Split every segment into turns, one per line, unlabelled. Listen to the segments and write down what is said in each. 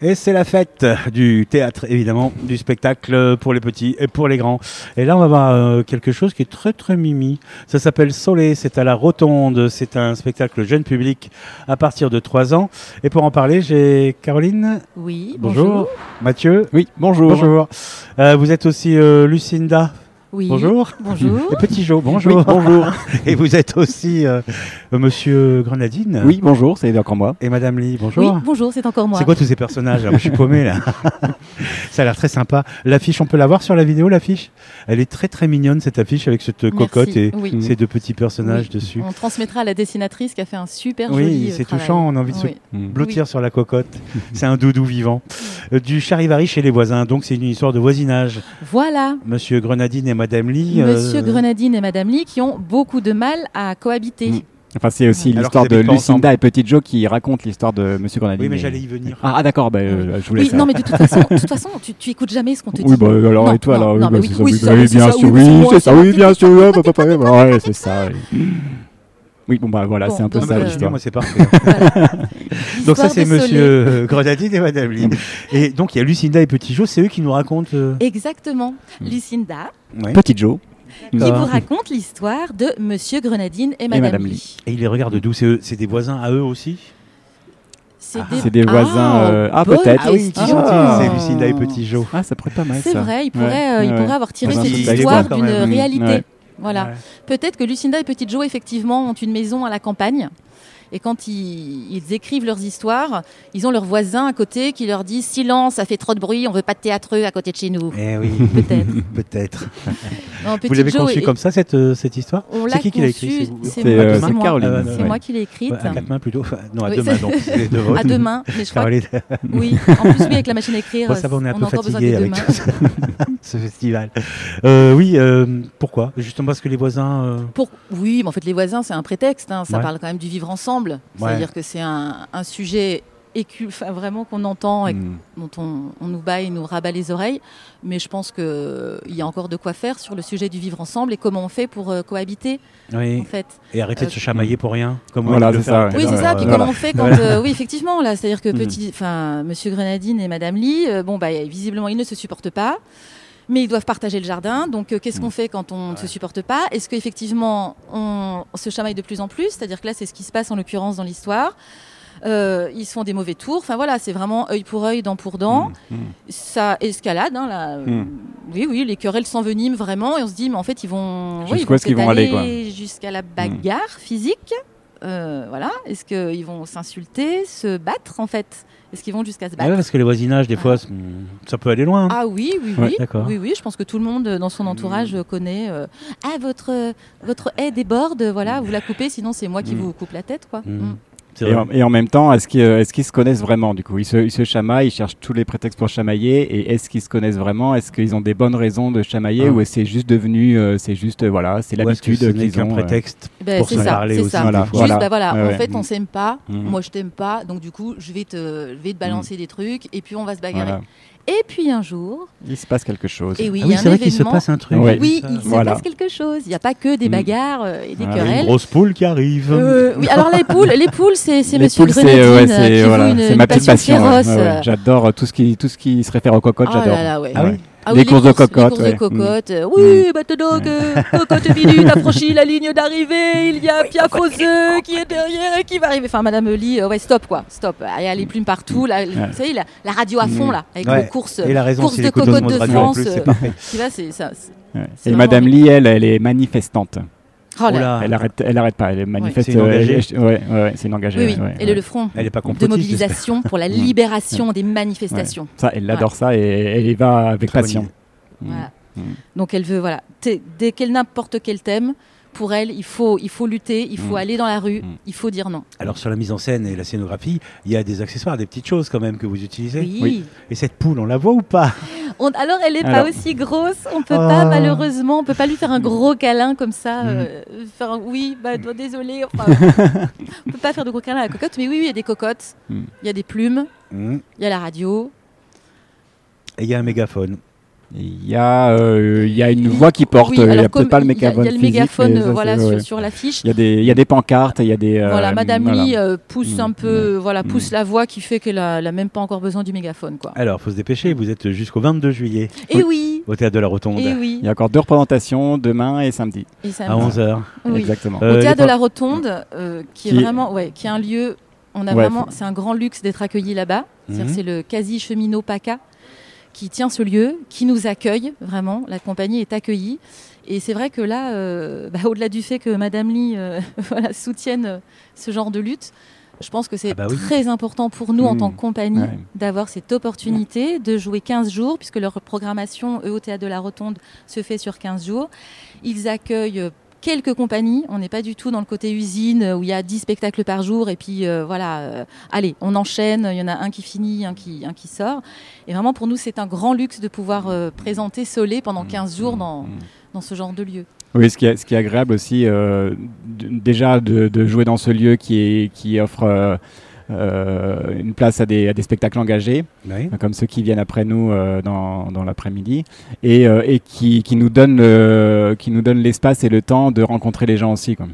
Et c'est la fête du théâtre, évidemment, du spectacle pour les petits et pour les grands. Et là, on va voir euh, quelque chose qui est très, très mimi. Ça s'appelle Soleil, c'est à la Rotonde. C'est un spectacle jeune public à partir de 3 ans. Et pour en parler, j'ai Caroline.
Oui,
Mathieu.
Oui, bonjour.
Bonjour. Euh, vous êtes aussi euh, Lucinda.
Oui.
Bonjour.
Bonjour.
Et Petit Jo, bonjour.
Oui, bonjour.
Et vous êtes aussi euh, Monsieur Grenadine.
Oui, bonjour, c'est encore moi.
Et Madame Lee, bonjour.
Oui, bonjour, c'est encore moi.
C'est quoi tous ces personnages là Je suis paumé là. Ça a l'air très sympa. L'affiche, on peut la voir sur la vidéo, l'affiche Elle est très très mignonne cette affiche avec cette
Merci.
cocotte et
Oui.
ces deux petits personnages
Oui.
dessus.
On transmettra à la dessinatrice qui a fait un super joli
Oui,
euh,
c'est
travail.
touchant, on a envie de se
Oui.
blottir sur la cocotte. C'est un doudou vivant. Euh, Du charivari chez les voisins, donc c'est une histoire de voisinage.
Voilà.
Monsieur Grenadine et Madame Lee. euh,
Monsieur Grenadine et Madame Lee qui ont beaucoup de mal à cohabiter.
Mm. Enfin, c'est aussi
Alors
l'histoire
qu'ils
de
habitent pas ensemble.
Lucinda et Petit Joe qui raconte l'histoire de Monsieur Grenadine.
Oui, mais
et-
j'allais y venir.
Ah, ah, d'accord, bah, euh, je voulais
Oui, non, mais de toute façon, de toute façon tu, tu écoutes jamais ce qu'on te dit.
Oui, bah, alors,
Non,
et toi,
non,
alors, oui,
non,
bah,
mais
c'est
oui,
ça,
oui, ça,
oui, oui,
oui,
bien
ça,
sûr,
oui,
oui,
ça,
c'est ça, oui,
oui,
bien
ça,
sûr,
oui,
ouais,
ça,
bah, bah,
oui,
bah, bah, ouais, c'est ça. oui. Oui, bon, bah, voilà,
Bon,
c'est un peu
donc,
ça,
euh,
l'histoire.
moi c'est parfait. Donc ça
Histoire
c'est
de soleil.
Monsieur euh, Grenadine et Madame Lee. Et donc il y a Lucinda et Petit Jo, c'est eux qui nous racontent. euh,
Exactement. Lucinda
ouais.
Petit Joe.
qui vous
D'accord.
raconte l'histoire de Monsieur Grenadine et Madame,
Madame
Lee.
Lee.
Ah. Et ils les regardent d'où C'est eux- c'est des voisins à eux aussi
C'est des voisins, euh, ah,
bonne
peut-être. Ah
oui,
question.
qui sont
Ah.
C'est Lucinda et Petit Jo.
Ah, ça pourrait être pas mal,
C'est
ça.
vrai, il
Ouais,
pourrait, euh, il
ouais.
pourrait avoir tiré
Dans un
cette
contexte
histoire
quand
d'une
même.
Mmh,
réalité.
ouais.
Voilà.
Ouais.
Peut-être que Lucinda et Petit Joe, effectivement, ont une maison à la campagne. Et quand ils, ils écrivent leurs histoires, ils ont leurs voisins à côté qui leur disent Silence, ça fait trop de bruit, on veut pas de théâtreux à côté de chez nous.
Eh oui,
Peut-être.
peut-être.
Non,
Vous
Petit
l'avez
Joe
conçu
est-
comme ça cette, euh, cette histoire
on
C'est
l'a
qui qui l'a écrit,
conçue,
c'est
C'est
vous
moi,
Euh,
c'est
c'est
moi.
Caroline.
Ah, bah,
C'est
ouais.
moi qui l'ai écrite.
Ouais, À quatre mains plutôt. Enfin, non, à
Oui,
deux
c'est-
mains donc. c'est les deux
à
votes.
deux mains, mais je crois que
Caroline,
oui. En plus, oui, avec la machine à écrire,
bon, ça va, on est un peu
a encore besoin
fatigué
des deux
avec
mains.
tout ça, ce festival. Euh, oui, euh, pourquoi Justement parce que les voisins. euh,
Pour- Oui, mais en fait, les voisins, c'est un prétexte. hein. Ça
Ouais.
parle quand même du vivre ensemble. C'est-à-dire que c'est un, un sujet écu, enfin, vraiment qu'on entend et
Mm.
dont on, on nous bat et nous rabat les oreilles. Mais je pense qu'il y a encore de quoi faire sur le sujet du vivre ensemble et comment on fait pour euh, cohabiter, en
Oui.
fait.
Et arrêter de
Euh,
se chamailler pour rien. Comme
Voilà,
ils le
c'est
font.
ça, ouais.
Oui, c'est
Alors,
ça.
euh,
Puis
voilà. Mm.
comment on fait quand euh, Oui, effectivement, là, c'est-à-dire que petit, enfin, Monsieur Grenadine et Madame Lee, euh, bon, bah, visiblement, ils ne se supportent pas, mais ils doivent partager le jardin. Donc, euh,
Mm.
qu'est-ce qu'on fait quand on ne se supporte pas Est-ce qu'effectivement, on se chamaille de plus en plus C'est-à-dire que là, c'est ce qui se passe en l'occurrence dans l'histoire. Euh, ils se font des mauvais tours. Enfin voilà, c'est vraiment œil pour œil, dent pour dent.
Mm. Mm.
Ça escalade. hein, là.
Mm.
Oui, oui, les querelles s'enveniment vraiment et on se dit, mais en fait, ils vont. oui,
Jusqu'où est-ce qu'ils vont aller, Hmm.
s'étaler Jusqu'à la bagarre physique. Euh, voilà. Est-ce qu'ils vont s'insulter, se battre en fait Est-ce qu'ils vont jusqu'à se
Ah ouais,
battre
parce que les voisinages, des fois, c'est- ça peut aller loin. hein.
ah oui, oui,
Ouais, Hmm.
oui,
d'accord.
oui, oui. Je pense que tout le monde euh, dans son entourage euh, connaît. euh, ah, votre euh, votre haie déborde,
Hmm.
voilà, vous la coupez, sinon c'est moi qui
Mm.
vous coupe la tête, quoi.
Mm.
Mm.
C'est
Et
vrai.
en, et en même temps, est-ce qu'ils euh, est-ce qu'ils se connaissent vraiment du coup ils se, ils se chamaillent, ils cherchent tous les prétextes pour chamailler. Et est-ce qu'ils se connaissent vraiment Est-ce qu'ils ont des bonnes raisons de chamailler
Ah.
ou est-ce que c'est juste devenu, euh, c'est juste euh, voilà, c'est
Ou est-ce que
l'habitude
ce n'est
qu'ils
qu'un
ont. euh,
prétexte
Ben,
pour
c'est
se
ça,
parler
c'est
aussi.
ça.
des
Voilà.
fois.
Juste,
Voilà.
bah voilà,
Ouais,
en
ouais.
fait, on
Mm.
s'aime pas.
Mm.
Moi, je t'aime pas. Donc, du coup, je vais te, je vais te balancer des trucs et puis on va se bagarrer.
Mmh. voilà.
Et puis un jour,
Il se passe quelque chose.
et Eh oui,
Ah
il y
oui,
a un
c'est vrai qu'il se
événement.
passe un truc.
Ouais.
Oui,
Ça.
il se
Voilà.
passe quelque chose. Il n'y a pas que des
Mm.
bagarres euh, et des
Voilà.
Il y a Ah, une
querelles.
grosse poule qui arrive.
Euh, oui, alors les poules, les poules, c'est c'est
Les
Monsieur
poules, c'est,
Grenadine
ouais,
euh,
c'est,
qui
voilà,
joue une,
c'est
une
ma petite
passion,
passion. ouais,
féroce.
ouais, ouais.
euh.
J'adore euh, tout ce qui tout ce qui se réfère aux cocottes.
Oh
j'adore.
là là, ouais.
Ah oui
Ah
Les courses de
Les
cocottes,
courses
ouais.
de
Mm.
cocottes. euh, Oui, maintenant que euh, cocotte minute a franchi la ligne d'arrivée, il y a Piafoseux qui est derrière et qui va arriver. Enfin, Madame Lee, euh, ouais, stop quoi, stop. Il y a les plumes partout. Là, Vous savez, la, la radio à
Mm.
fond là, avec
Ouais.
les courses.
Et la raison,
course
c'est
de
l'écoute
cocotte
monde
de
radio en
France,
plus, c'est
euh.
parfait.
Tu vois, c'est ça. c'est-
Ouais.
C'est
Et
vraiment
Madame
des-
Lee, elle, elle est manifestante.
Oh là.
Oula,
Elle arrête, elle arrête pas. Elle est manifeste.
Ah. c'est une
euh, elle-
engagée.
elle- ouais, ouais, ouais, c'est une engagée.
Oui, oui.
ouais, ouais.
Et le, le front
Elle n'est pas
de
complotiste. j'espère.
mobilisation pour
Mm.
la libération des manifestations.
Ça, elle adore ça et elle y va avec
Très bonne
passion.
idée.
Mm.
Voilà.
Mm.
Donc elle veut, voilà, T- dès qu'elle n'importe quel thème, pour elle, il faut, il faut lutter, il faut
Mm.
aller dans la rue,
Mm.
il faut dire non.
Alors sur la mise en scène et la scénographie, il y a des accessoires, des petites choses quand même que vous utilisez.
Oui.
Oui.
Et cette poule, on la voit ou pas
On- alors elle est
Alors. Mm.
pas aussi grosse, on peut
Ah.
pas malheureusement, on peut pas lui faire un gros câlin comme ça. euh, faire un- oui, bah toi, désolé, enfin, on peut pas faire de gros câlin à la cocotte, mais oui, oui, il y a des cocottes, il
Mm.
y a des plumes,
Mmh.
il y a la radio.
Et il y a un mégaphone.
Il y, a, euh, il y a une voix qui porte,
Oui,
il n'y a
alors comme
peut-être pas le
il y a-
mégaphone.
Il y a le
physique, mais
mégaphone
ça,
euh,
c'est-
voilà,
ouais.
sur, sur l'affiche.
Il y, a des, il y a des pancartes, il y a des. euh,
voilà, Madame
voilà.
Lee euh, pousse
Mm,
un peu, voilà, pousse la voix qui fait qu'elle a, elle a même pas encore besoin du mégaphone, quoi.
Alors, faut se dépêcher, vous êtes jusqu'au 22 juillet
Et oui,
au théâtre de la Rotonde
et
Il
oui.
y a Ah, encore deux représentations, demain et samedi.
Et ça
à
me-
11h.
oui.
Exactement.
Euh,
Au théâtre de la Rotonde, euh, qui est
Qui-
vraiment, ouais, qui est un lieu. On a
Ouais,
vraiment, c'est un grand luxe d'être accueilli là-bas. C'est-à-dire
Mhm.
que C'est le quasi cheminot PACA qui tient ce lieu, qui nous accueille vraiment. La compagnie est accueillie. Et c'est vrai que là, euh, bah, au-delà du fait que Madame Lee euh, voilà, soutienne euh, ce genre de lutte, je pense que c'est
Ah bah oui.
très important pour nous en
Mhm.
tant que compagnie
Ouais.
d'avoir cette opportunité de jouer 15 jours, puisque leur programmation, E eux, au Théâtre de la Rotonde, se fait sur 15 jours. Ils accueillent euh, quelques compagnies. On n'est pas du tout dans le côté usine euh, où il y a 10 spectacles par jour et puis euh, voilà, euh, allez, on enchaîne, il y en a un qui finit, un qui, un qui sort. Et vraiment, pour nous, c'est un grand luxe de pouvoir euh, présenter Solé pendant 15 jours dans,
Mm.
dans ce genre de lieu.
Oui, ce qui est, ce qui est agréable aussi, euh, d- déjà de, de jouer dans ce lieu qui, est, qui offre euh, euh, une place à des, à des spectacles engagés,
Oui.
comme ceux qui viennent après nous euh, dans, dans l'après-midi, et, euh, et qui, qui nous donne le- qui nous donne l'espace et le temps de rencontrer les gens aussi. quoi.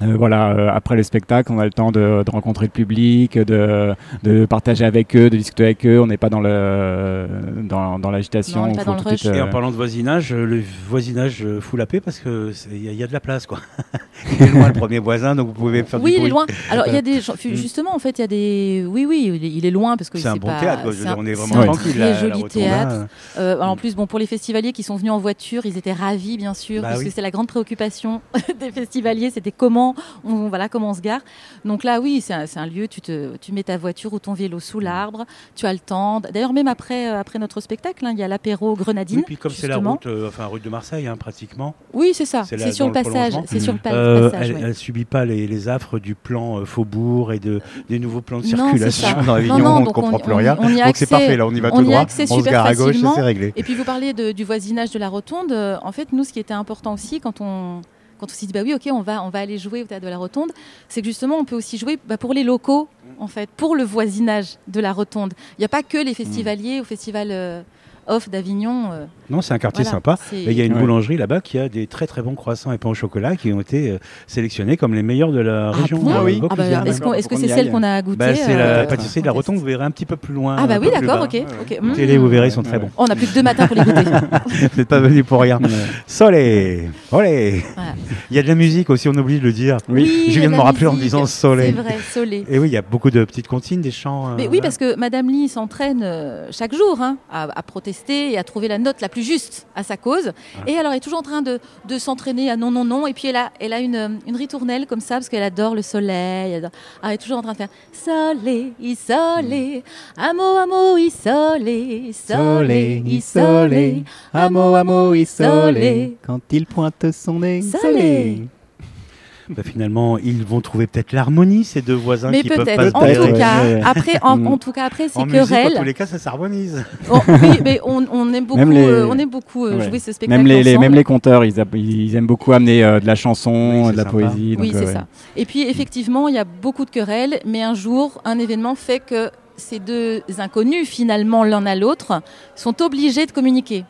Euh, voilà, euh, après le spectacle, on a le temps de, de rencontrer le public, de, de partager avec eux, de discuter avec eux. On n'est pas dans le dans, dans l'agitation.
Non, on n'est
où
pas
faut
dans le
tout de suite,
Et en
euh,
parlant de voisinage, euh, le voisinage euh, fout la paix parce que c'est- il y, a- il y a de la place, quoi. Il est loin le premier voisin, donc vous pouvez faire
Oui,
du
il
bruit.
est
Mm.
loin. Alors, il y a des gens- justement, en fait, il y a des. Oui, oui, il est, il est loin parce que
C'est un bon
pas-
théâtre, quoi. Je
c'est
veux dire,
un-
on est
c'est
vraiment
un
tranquille.
très
là, à la
joli
Rotonde.
théâtre.
Là,
Euh, alors, en
Hmm.
plus, bon, pour les festivaliers qui sont venus en voiture, ils étaient ravis, bien sûr,
Bah
parce
oui.
que c'est la grande préoccupation des festivaliers, c'était comment on, voilà, comment on se gare. Donc là, oui, c'est un, c'est un lieu, tu, te, tu mets ta voiture ou ton vélo
Hmm.
sous l'arbre, tu as le temps. D'ailleurs, même après, euh, après notre spectacle, hein, il y a l'apéro grenadine.
Et puis comme c'est la
justement.
route, euh, enfin rue de Marseille, hein, pratiquement,
Oui, c'est ça,
c'est
c'est
là,
sur
dans
le
le
passage.
prolongement.
C'est sur le pa-
euh,
passage,
elle,
ouais.
elle subit pas les, les affres du plan euh, Faubourg et de, des nouveaux plans de
Non,
circulation.
c'est ça.
dans Avignon,
Non, non,
on ne
donc
comprend
on y-
plus
on y-
rien.
on y a
Donc c'est
accès-
parfait, là, on y va tout
on y a
droit,
accès
on se
super
gare à gauche et
facilement.
c'est réglé.
Et puis vous parlez de- du voisinage de la rotonde. Euh, En fait, nous, ce qui était important aussi quand on quand on s'est dit bah oui, ok, on va on va aller jouer au théâtre de la rotonde, c'est que justement, on peut aussi jouer bah, pour les locaux, en fait, pour le voisinage de la rotonde. Il n'y a pas que les festivaliers au festival euh, off d'Avignon. euh,
Non, Mm. Ah, c'est un quartier
voilà,
sympa.
c'est-
Et il y a une
Ouais.
boulangerie là-bas qui a des très très bons croissants et pains au chocolat qui ont été euh, sélectionnés comme les meilleurs de la
Ah
région.
bon
euh,
Ah oui.
Ah bah,
Vaucluse.
est-ce qu'on-
d'accord,
est-ce que
faut
c'est
qu'on y
celle
aille.
qu'on a à goûter
Bah, c'est
euh,
la
peut-être.
pâtisserie de la Rotonde, vous verrez un petit peu plus loin.
Ah bah
un
oui,
peu plus
d'accord,
bas.
ok. ok.
Écoutez, les,
Mm.
vous verrez, ils sont très
Ouais.
bons.
On a plus que deux matins pour les goûter.
Vous n'êtes pas venus pour rien. Soleil Olé
Voilà.
Il y a de la musique aussi, on oublie de le dire.
Oui, il y
Je
a
viens
de
de me
la
rappeler en
musique,
disant
C'est
soleil.
vrai, Solé.
Et oui, il y a beaucoup de petites comptines, des chants. euh,
Mais oui, parce que Madame Lee s'entraîne euh, chaque jour hein, à, à protester et à trouver la note la plus juste à sa cause. Et alors, elle est toujours en train de, de s'entraîner à non, non, non. Et puis, elle a, elle a une, euh, une ritournelle comme ça, parce qu'elle adore le soleil. Elle, adore- Ah, elle est toujours en train de faire Soleil, isolé, amo, amo, isolé, soleil, isolé, amo, amo, isolé.
Quand il pointe son nez,
Salé.
Bah, finalement, ils vont trouver peut-être l'harmonie, ces deux voisins
Mais
qui peuvent
peut-être,
pas
en,
se
Peut-être,
tout
tolérer.
ouais,
cas,
ouais.
après, en,
Mm.
en tout cas, après ces
En musique, en tous
querelles,
les cas, ça s'harmonise.
Oh, oui, mais on, on aime beaucoup,
Même les-
euh, on aime beaucoup euh,
Ouais.
jouer ce spectacle.
Même les, les-
ensemble.
même les conteurs, ils, app- ils aiment beaucoup amener euh, de la chanson,
Oui, c'est
de la
sympa.
poésie.
Oui,
donc,
c'est
euh,
ça. Et puis effectivement, il y a beaucoup de querelles, mais un jour, un événement fait que ces deux inconnus, finalement l'un à l'autre, sont obligés de communiquer.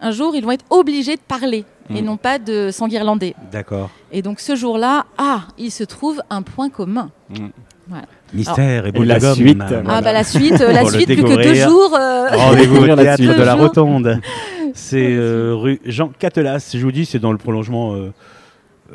Un jour, ils vont être obligés de parler et
Mm.
non pas de s'enguirlander.
D'accord.
Et donc ce jour-là, ah, il se trouve un point commun.
Mystère et boule
la
de gomme.
suite,
Ah,
Voilà.
Ah bah la suite, euh, la
Pour le
suite plus que deux
découvrir.
jours. euh,
Rendez-vous au
Découvrir la
Oh, théâtre
suite.
de la
Toujours.
Rotonde. C'est euh, rue Jean Catelas. Je vous dis, c'est dans le prolongement. euh,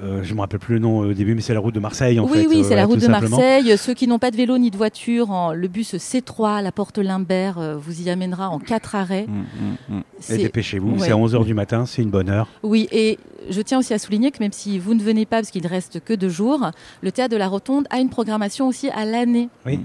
euh, je me rappelle plus le nom au début, mais c'est la route de Marseille en
oui,
fait.
oui,
euh,
c'est
voilà,
la route
tout
de
simplement.
Marseille. Ceux qui n'ont pas de vélo ni de voiture, en- le bus C3, la porte Limbert, euh, vous y amènera en quatre arrêts.
Mm, mm, mm.
Et
C'est-
dépêchez-vous,
Ouais.
c'est à 11h du matin, c'est une bonne heure.
Oui, et je tiens aussi à souligner que même si vous ne venez pas, parce qu'il ne reste que deux jours, le théâtre de la Rotonde a une programmation aussi à l'année.
Oui.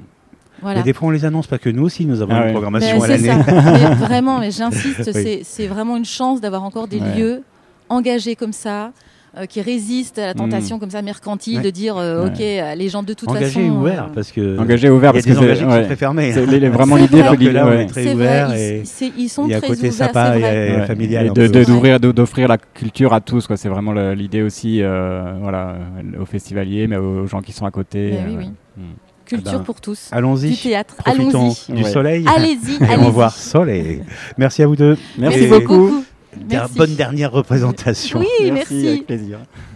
Voilà.
Mais des fois, on les annonce parce que nous aussi, nous avons
Ah
une
ouais.
programmation
Mais
à
c'est
l'année.
ça. Mais vraiment, mais j'insiste,
Oui.
c'est- c'est vraiment une chance d'avoir encore des
Ouais.
lieux engagés comme ça. euh, qui résistent à la tentation comme ça mercantile
Mm. Ouais.
de dire euh,
Ouais.
ok euh, les gens de toute façon
Engagé et
euh,
ouvert, parce que
Engagé
il y
ouvert,
a
Ah, parce
des
que
engagés
c'est
qui sont très
ouais.
fermés.
C'est l- vraiment
C'est
l'idée
vrai.
que
Alors que là, on est
ouais.
très
c'est
ouvert
vrai,
et
ils, c'est- ils sont
il y a un
très
côté
ouverts
sympa
c'est vrai.
et euh,
Ouais.
familial.
Et
un
de-
peu.
de-
Ouais.
d'ouvrir de- d'offrir la culture à tous quoi c'est vraiment le- l'idée aussi euh, voilà euh, aux festivaliers mais aux gens qui sont à côté
Mais
euh,
oui,
ouais.
oui.
Mm.
Culture
Ah ben,
pour tous. Du
Allons-y.
théâtre.
Profitons
Allons-y.
du
Ouais.
soleil.
Allez-y.
Et on
allez-y.
va voir soleil. Merci à vous deux.
Merci
Et-
beaucoup.
Der-
Merci.
Bonne dernière représentation.
Oui, merci.
avec plaisir.